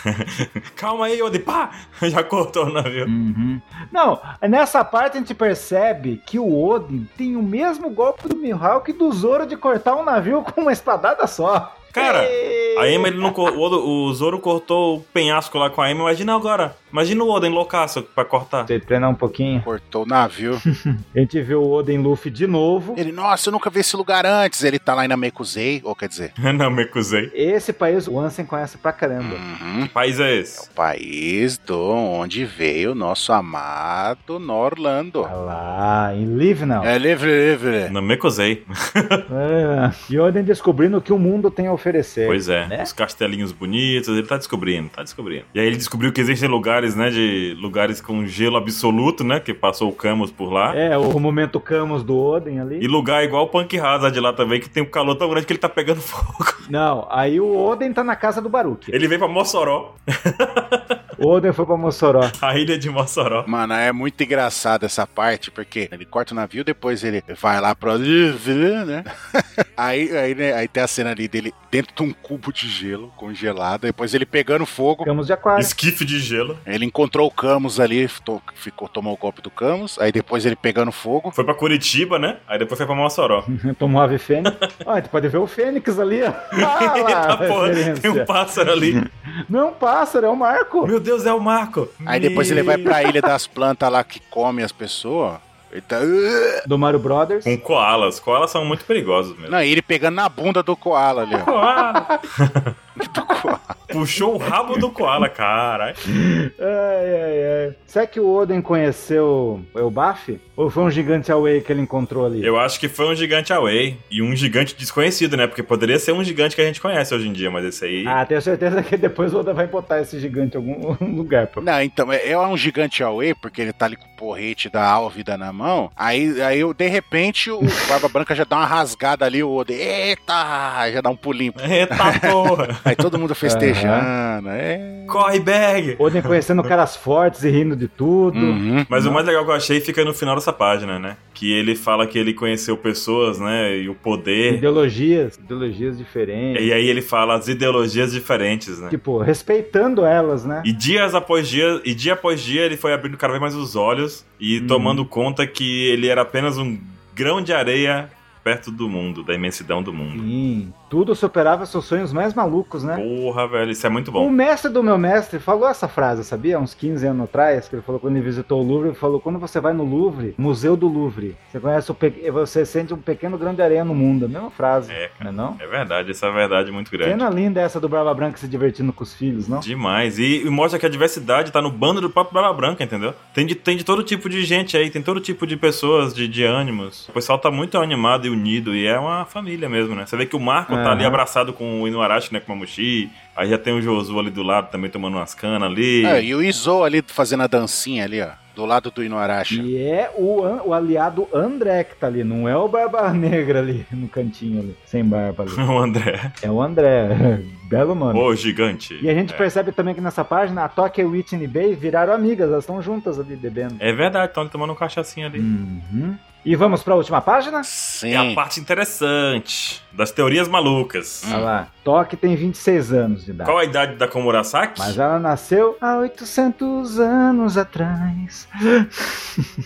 Calma aí, Oden, pá! [LAUGHS] Já cortou né, o navio.
Uhum. Não, nessa parte a gente percebe que o Odin tem o mesmo golpe do Mihawk e do Zoro de cortar um navio com uma espadada só.
Cara,
Ei!
A Emma, ele não. co- O, Odo- o Zoro cortou o penhasco lá com a Emma. Imagina agora. Imagina o Oden loucaço pra cortar.
Você treinar um pouquinho.
Cortou o navio.
A gente vê o Oden Luffy de novo.
Ele, nossa, eu nunca vi esse lugar antes. Ele tá lá em Namekusei, ou quer dizer...
[LAUGHS] não, me acusei.
Esse país o Ansem conhece pra
Hum.
caramba.
Uhum.
País é esse?
O país do onde veio o nosso amado Norlando.
Olha lá, em Live Now.
É livre, livre.
Não me acusei.
Ah, E Oden descobrindo o que o mundo tem a oferecer.
Pois é,
né?
os castelinhos bonitos, ele tá descobrindo, tá descobrindo. E aí ele descobriu que existem lugares, né, de lugares com gelo absoluto, né, que passou o Camus por lá.
É, o momento Camus do Oden ali.
E lugar igual o Punk Hazard lá também, que tem um calor tão grande que ele tá pegando [LAUGHS] fogo.
Não, aí o Oden tá na casa do Baruque.
Ele veio pra Mossoró.
Oden foi pra Mossoró.
A ilha de Mossoró.
Mano, é muito engraçado essa parte, porque ele corta o navio, depois ele vai lá pro. [LAUGHS] né? Aí, aí, né, aí tem a cena ali dele dentro de um cubo de gelo congelado, depois ele pegando fogo.
Ficamos de aquário.
Esquife de gelo.
Ele encontrou o Camus ali, to- ficou, tomou o golpe do Camus, aí depois ele pegando fogo.
Foi pra Curitiba, né? Aí depois foi pra Mossoró.
Tomou ave fênix. Olha, tu pode ver o fênix ali,
[LAUGHS]
ó. Ah, lá,
Eita porra,
referência.
tá, tem um pássaro ali.
Não é um pássaro, é um marco.
Meu Deus, é o Marco.
Aí depois ele vai pra ilha das plantas lá que come as pessoas. Ele tá. [LAUGHS]
É.
Do Mario Brothers.
Com koalas. Koalas são muito perigosos mesmo.
Não, e ele pegando na bunda do koala ali, ó.
Koala.
Do koala.
[LAUGHS] Puxou o rabo do koala, caralho.
Ai, ai, ai. Será que o Oden conheceu o Elbaf? Ou foi um gigante away que ele encontrou ali?
Eu acho que foi um gigante away. E um gigante desconhecido, né? Porque poderia ser um gigante que a gente conhece hoje em dia, mas esse aí.
Ah, tenho certeza que depois o Oden vai botar esse gigante em algum [LAUGHS] lugar. Pô.
Não, então, é é um gigante away, porque ele tá ali com o porrete da álvida na mão. Aí, aí eu, de repente,
[LAUGHS]
o Barba Branca já dá uma rasgada ali, o Oden. Eita! Já dá um pulinho.
Eita porra!
Aí todo
[LAUGHS]
mundo festejando. É.
Corre, Berg!
Oden
[LAUGHS]
conhecendo caras fortes e rindo de tudo.
Hum,
Uhum.
Mas o mais legal que eu achei fica no final dessa página, né? Que ele fala que ele conheceu pessoas, né? E o poder.
Ideologias, ideologias diferentes.
E aí ele fala as ideologias diferentes, né?
Tipo, respeitando elas, né?
E dias após dia, e dia após dia ele foi abrindo cada vez mais os olhos e
Uhum.
tomando conta que ele era apenas um grão de areia perto do mundo, da imensidão do mundo.
Sim, tudo superava seus sonhos mais malucos, né?
Porra, velho, isso é muito
O
bom.
mestre do meu mestre falou essa frase, sabia? Uns 15 anos atrás, que ele falou quando ele visitou o Louvre, ele falou: quando você vai no Louvre, Museu do Louvre, você conhece o pe- você sente um pequeno grão de areia no mundo. A mesma frase,
É,
não é não?
É verdade, essa é a verdade muito grande.
Pena linda essa do Barba Branca se divertindo com os filhos, não?
Demais. E, e mostra que a diversidade tá no bando do próprio Barba Branca, entendeu? Tem de, tem de todo tipo de gente aí, tem todo tipo de pessoas, de, de ânimos. O pessoal tá muito animado e unido, e é uma família mesmo, né? Você vê que o Marco tá ali
Aham.
abraçado com o Inuarashi, né? Com o Mamushi. Aí já tem o Josu ali do lado também tomando umas canas ali.
É,
Ah, e o Izo ali fazendo a dancinha ali, ó. Do lado do Inuarashi.
E é o, an- o aliado André que tá ali, não é o Barba [LAUGHS] Negra ali no cantinho ali, sem barba
[LAUGHS]
ali.
[LAUGHS] o André.
É o André, [LAUGHS] belo
Ô,
mano.
gigante.
E a gente
é.
percebe também que nessa página a Toque e Whitney Bay viraram amigas, elas estão juntas ali bebendo.
É verdade, estão tomando um cachaçinho ali.
Uhum. E vamos pra última página?
É a
Sim.
parte interessante das teorias malucas.
Olha lá. Toque tem 26 anos de idade.
Qual a idade da Komurasaki?
tá. Mas ela nasceu há 800 anos atrás.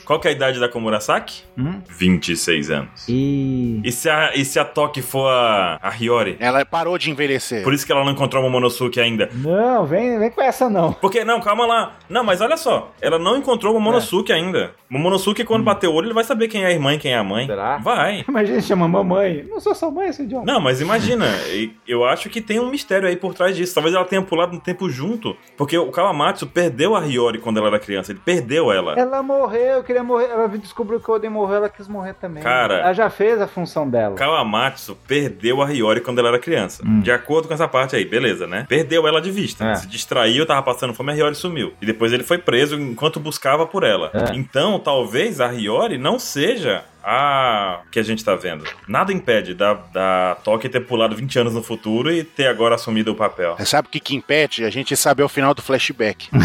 Qual que é a idade da Komurasaki?
Hum?
26 anos.
E.
E se a, e se a Toque for a, a Hiyori?
Ela parou de
É.
envelhecer.
Por isso que ela não encontrou uma Momonosuke ainda.
Não, vem, vem com essa não.
Porque, não, calma lá. Não, mas olha só. Ela não encontrou uma Momonosuke ainda. Momonosuke, quando
É. Hum.
bater o olho, ele vai saber quem é a irmã e quem é a mãe.
Será?
Vai.
Imagina chama mamãe. Não sou sua mãe, seu John.
Não, mas imagina, e- eu acho que tem um mistério aí por trás disso. Talvez ela tenha pulado um tempo junto, porque o Kawamatsu perdeu a Hiyori quando ela era criança, ele perdeu ela.
Ela morreu, queria morrer. Ela descobriu que o Oden morreu, ela quis morrer também.
Cara.
Ela já fez a função dela.
Kawamatsu perdeu a Hiyori quando ela era criança.
Hum.
De acordo com essa parte aí, beleza, né? Perdeu ela de vista.
É.
Se distraiu, tava passando fome, a Hiyori sumiu. E depois ele foi preso enquanto buscava por ela.
É.
Então, talvez a Hiyori não seja a que a gente tá vendo. Nada impede da, da Toki ter pulado 20 anos no futuro e ter agora assumido o papel.
É, Sabe o que, que impede? A gente saber o final do flashback.
[LAUGHS]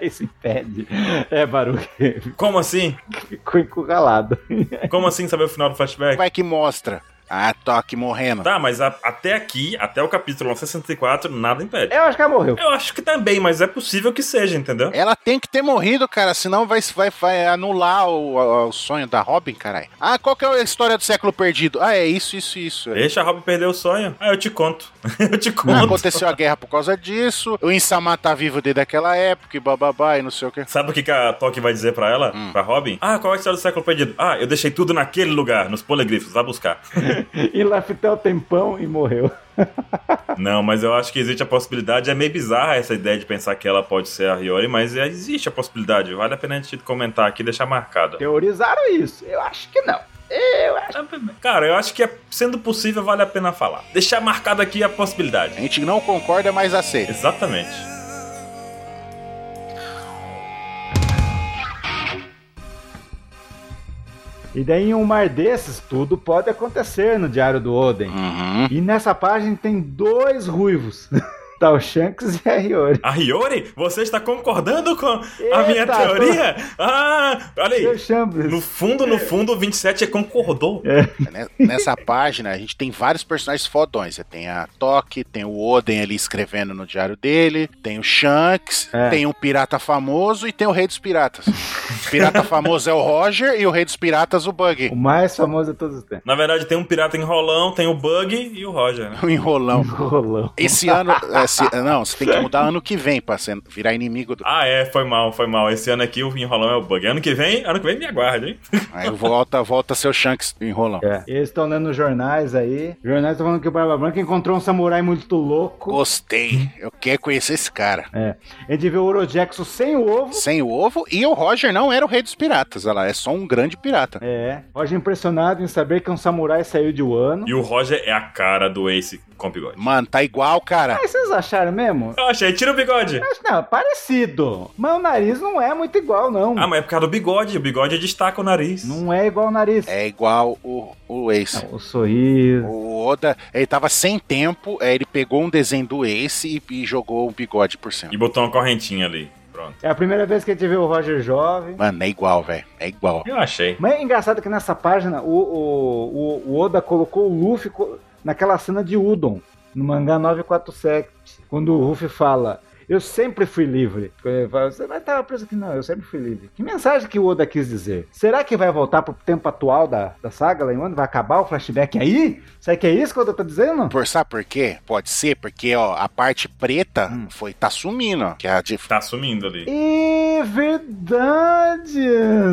Isso impede. É [LAUGHS] barulho.
Como assim?
Ficou encurralado.
Como assim saber o final do flashback?
Vai que mostra. A Toque morrendo.
Tá, mas a- até aqui, até o capítulo 64, nada impede.
Eu acho que ela morreu.
Eu acho que também, mas é possível que seja, entendeu?
Ela tem que ter morrido, cara, senão vai, vai, vai anular o, o- o sonho da Robin, caralho. Ah, qual que é a história do século perdido? Ah, é isso, isso, isso.
Deixa a Rob perder o sonho. Ah, eu te conto. [LAUGHS] eu te conto.
Aconteceu a guerra por causa disso, o Insama tá vivo desde aquela época, e bababá, e não sei o que.
Sabe o que, que a Toque vai dizer pra ela?
Hum.
Pra Robin? Ah, qual é a história do século perdido? Ah, eu deixei tudo naquele lugar, nos poligrifos, vai
[LAUGHS]
buscar.
E lá ficou o tempão e morreu.
Não, mas eu acho que existe a possibilidade. É meio bizarra essa ideia de pensar que ela pode ser a Hiyori, mas é- existe a possibilidade. Vale a pena a gente comentar aqui e deixar marcado.
Teorizaram isso. Eu acho que não. Eu acho.
Cara, eu acho que é- sendo possível, vale a pena falar. Deixar marcado aqui a possibilidade.
A gente não concorda, mas aceita.
Exatamente.
E daí em um mar desses, tudo Hum. pode acontecer no Diário do Oden.
Uhum.
E nessa página tem dois ruivos. [LAUGHS] Tá o Shanks e a Hiyori.
A Hiyori? Você está concordando com a minha
Eita,
teoria? Ah, olha
Seu
aí.
Chambres.
No fundo, no fundo, é o 27 concordou.
Né- Nessa página, a gente tem vários personagens fodões. Você tem a Toque, tem o Oden ali escrevendo no diário dele, tem o Shanks,
É.
tem o Pirata Famoso e tem o Rei dos Piratas. O [LAUGHS] Pirata Famoso é o Roger e o Rei dos Piratas o Buggy.
O mais famoso de todos os
[LAUGHS]
tempos.
Na verdade, tem um pirata enrolão, tem o Bug e o
[LAUGHS]
Roger, né?
O um enrolão.
Rolão.
Esse ano. esse- não, você tem que mudar ano que vem pra ser- virar inimigo do.
Ah, é, foi mal, foi mal. Esse ano aqui o enrolão é o Bug. Ano que vem, ano que vem me aguarde, hein?
Aí volta, volta seu Shanks do enrolão.
É. Eles estão lendo os jornais aí. Os jornais estão falando que o Barba Branca encontrou um samurai muito louco.
Gostei. Eu quero conhecer esse cara.
É. A gente vê o Oro Jackson sem o ovo.
Sem o ovo, e o Roger não era o rei dos piratas. Olha lá, é só um grande pirata.
É. Roger impressionado em saber que um samurai saiu de Wano.
E o Roger é a cara do Ace com bigode.
Mano, tá igual, cara.
Mas vocês acharam mesmo?
Eu achei, tira o bigode.
Acho não, é parecido. Mas o nariz não é muito igual, não.
Ah, mas é por causa do bigode. O bigode destaca o nariz.
Não é igual o nariz.
É igual o, o Ace.
Não, o sorriso.
O Oda, ele tava sem tempo, aí ele pegou um desenho do Ace e, e jogou o bigode por cima.
E botou uma correntinha ali. Pronto.
É a primeira vez que a gente vê o Roger jovem.
Mano, é igual, velho. É igual.
Eu achei.
Mas é engraçado que nessa página o, o, o- o Oda colocou o Luffy co- naquela cena de Udon, no mangá 947, quando o Luffy fala. Eu sempre fui livre. Ele fala, Você vai estar preso aqui. Não, eu sempre fui livre. Que mensagem que o Oda quis dizer? Será que vai voltar pro tempo atual da, da saga, lá em Wano? Vai acabar o flashback aí? Será que é isso que o Oda tá dizendo?
Por, sabe por quê? Pode ser porque, ó, a parte preta
Hum.
foi, tá sumindo, ó. Que é a de
Tá sumindo ali.
É verdade,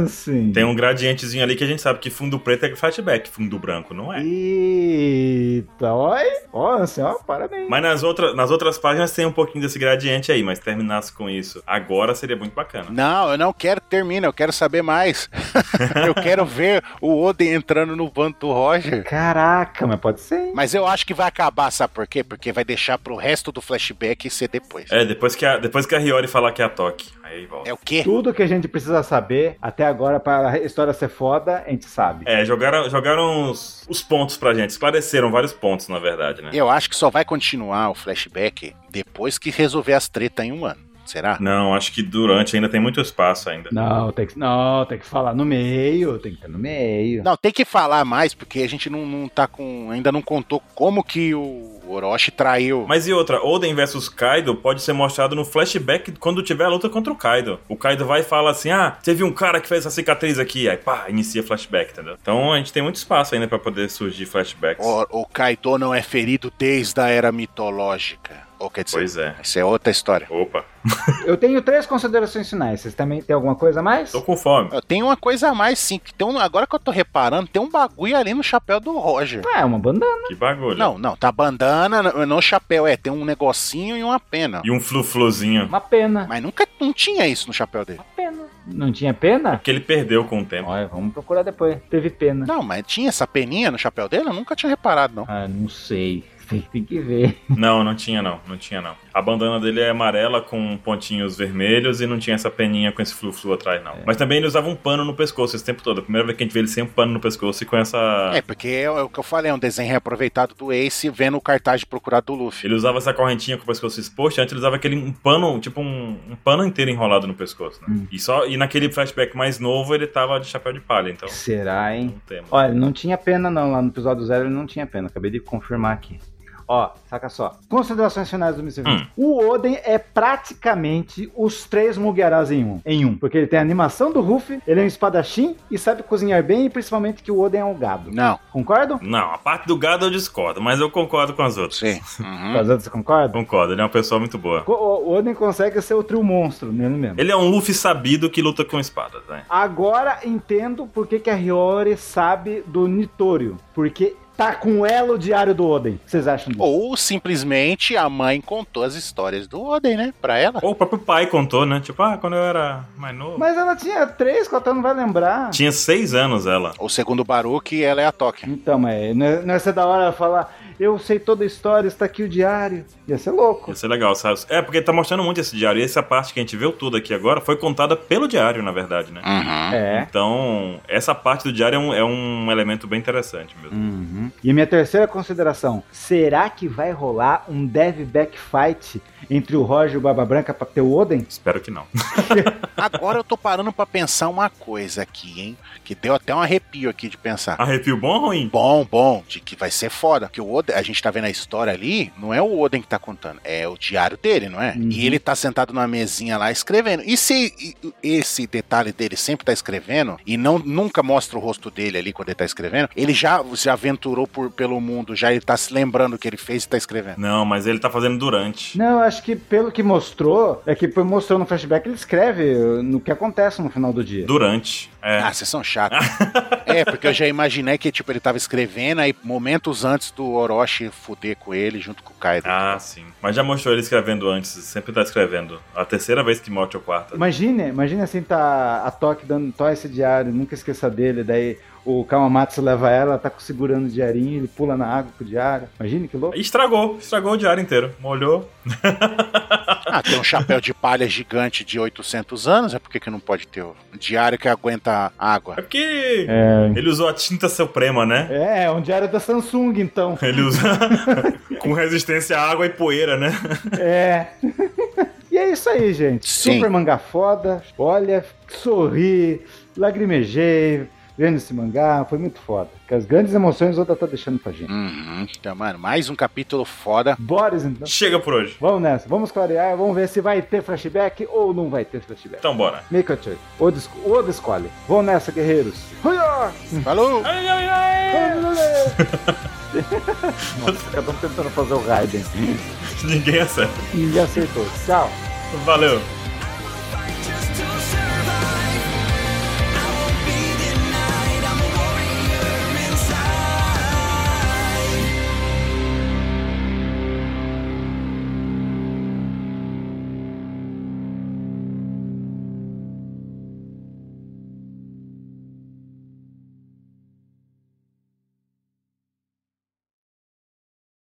assim.
Tem um gradientezinho ali que a gente sabe que fundo preto é flashback, fundo branco não é.
Eita, olha, ó, assim, ó, parabéns.
Mas nas, outra, nas outras páginas tem um pouquinho desse gradiente aí, mas terminasse com isso agora seria muito bacana.
Não, eu não quero termina, eu quero saber mais. [LAUGHS] eu quero ver o Oden entrando no bando do Roger.
Caraca, mas pode ser, hein?
Mas eu acho que vai acabar, sabe por quê? Porque vai deixar pro resto do flashback ser depois. É,
É, depois que a, depois que a Hiyori falar que é a Toque, aí volta.
o quê?
Tudo que a gente precisa saber até agora para a história ser foda, a gente sabe.
É, jogaram, jogaram os, os pontos pra gente, esclareceram vários pontos, na verdade, né?
Eu acho que só vai continuar o flashback depois que resolver as tretas em um ano. Será?
Não, acho que durante ainda tem muito espaço ainda.
Não, tem que, não, tem que falar no meio, tem que estar no meio.
Não, tem que falar mais, porque a gente não, não tá com. Ainda não contou como que o Orochi traiu.
Mas e outra, Oden versus Kaido pode ser mostrado no flashback quando tiver a luta contra o Kaido. O Kaido vai e fala assim: ah, teve um cara que fez essa cicatriz aqui, aí pá, inicia flashback, entendeu? Então a gente tem muito espaço ainda pra poder surgir flashbacks.
O, o Kaido não é ferido desde a era mitológica. Ou quer dizer,
Pois é.
isso é outra história.
Opa,
Eu tenho três considerações finais. Vocês também têm alguma coisa a mais?
tô com fome.
Eu tenho uma coisa a mais, sim. Que tem um- agora que eu tô reparando, tem um bagulho ali no chapéu do Roger.
Ah, é uma bandana.
Que bagulho.
Não, não, tá bandana, não não chapéu, é, tem um negocinho e uma pena.
E um flu-fluzinho.
Uma pena.
Mas nunca não tinha isso no chapéu dele.
Pena. Não tinha pena?
Que ele perdeu com o tempo.
Olha, vamos procurar depois. Teve pena.
Não, mas tinha essa peninha no chapéu dele? Eu nunca tinha reparado, não.
Ah, não sei. [LAUGHS] Tem, tem que ver.
Não, não tinha não, não tinha não. A bandana dele é amarela com pontinhos vermelhos e não tinha essa peninha com esse flu-flu atrás
É.
não. Mas também ele usava um pano no pescoço esse tempo todo. A primeira vez que a gente vê ele sem um pano no pescoço e com essa...
É, porque é o é o que eu falei, é um desenho reaproveitado do Ace vendo o cartaz de procurado do Luffy.
Ele usava essa correntinha com o pescoço exposto, antes ele usava aquele um pano, tipo um, um pano inteiro enrolado no pescoço, né?
Hum.
E, só, e naquele flashback mais novo ele tava de chapéu de palha, então
Será, hein?
não temos.
Olha, não tinha pena não, lá no episódio zero ele não tinha pena, acabei de confirmar aqui. Ó, saca só. Considerações finais do Mr. Vinte. O Oden é praticamente os três Mugiarás em um. Em um. Porque ele tem a animação do Ruffy, ele é um espadachim e sabe cozinhar bem e principalmente que o Oden é um gado.
Não,
Concordam?
Não, a parte do gado eu discordo, mas eu concordo com as outras. [LAUGHS]
sim. Uhum.
Hum. Você concorda?
Concordo, ele é uma pessoa muito boa.
Co- O o Oden consegue ser o trio monstro, nele mesmo.
Ele é um Luffy sabido que luta com espadas, né?
Agora entendo por que, que a Hiyori sabe do Nitorio. Porque tá com ela o diário do Oden. O que vocês acham disso?
Ou simplesmente a mãe contou as histórias do Oden, né? Pra ela.
Ou o próprio pai contou, né? Tipo, ah, quando eu era mais novo.
Mas ela tinha 3, 4 anos, vai lembrar.
Tinha seis anos ela.
Ou segundo o Baruch, ela é a Toque.
Então, mas não é, não é ser da hora falar, eu sei toda a história, está aqui o diário. Ia ser louco.
Ia ser legal, sabe? É, porque tá mostrando muito esse diário. E essa parte que a gente viu tudo aqui agora foi contada pelo diário, na verdade, né?
Uhum.
É.
Então, essa parte do diário é um, é um elemento bem interessante mesmo.
Uhum. E a minha terceira consideração: será que vai rolar um dev back fight entre o Roger e o Baba Branca pra ter o Oden?
Espero que não. [LAUGHS]
Agora eu tô parando pra pensar uma coisa aqui, hein? Que deu até um arrepio aqui de pensar.
Arrepio bom ou ruim?
Bom, bom, de que vai ser foda. Porque o Oden, a gente tá vendo a história ali, não é o Oden que tá contando, é o diário dele, não é?
Uhum.
E ele tá sentado na mesinha lá escrevendo. E se e- esse detalhe dele sempre tá escrevendo e não nunca mostra o rosto dele ali quando ele tá escrevendo, ele já se aventurou por, pelo mundo, já ele tá se lembrando o que ele fez e tá escrevendo.
Não, mas ele tá fazendo durante.
Não, eu acho que pelo que mostrou, é que foi- mostrou no flashback, ele escreve uh, no que acontece no final do dia.
Durante. É.
Ah, vocês são chatos. é, porque eu já imaginei que, tipo, ele tava escrevendo aí momentos antes do Orochi fuder com ele junto com o Kaido.
Ah, sim. Mas já mostrou ele escrevendo antes, sempre tá escrevendo. A terceira vez que morte ou quarta.
Imagine, imagine assim, tá a Toque dando Toy esse diário, nunca esqueça dele, daí o Kawamatsu leva ela, tá segurando o diarinho, ele pula na água com o diário. Imagine que louco.
Estragou, estragou o diário inteiro. Molhou.
Ah, tem um chapéu de palha gigante de 800 anos, é por que que não pode ter o diário que aguenta água?
É porque
É,
ele usou a tinta suprema, né?
é, é um diário da Samsung, então.
Ele usa [LAUGHS] com resistência à água e poeira, né?
É. e é isso aí, gente.
Sim.
Super mangá foda. Olha, sorri, lagrimejei vendo esse mangá. Foi muito foda. Que as grandes emoções o Oda tá deixando pra gente.
Uhum. Então, mano, mais um capítulo foda.
Bora, então.
Chega por hoje.
Vamos nessa. Vamos clarear. Vamos ver se vai ter flashback ou não vai ter flashback.
Então bora.
Make a choice. Oda, esco- Oda escolhe. Vamos nessa, guerreiros. Huiá!
Falou!
Ai, ai, ai.
Nossa, cada um tentando fazer o Raiden.
Ninguém acerta.
E acertou. Tchau.
Valeu.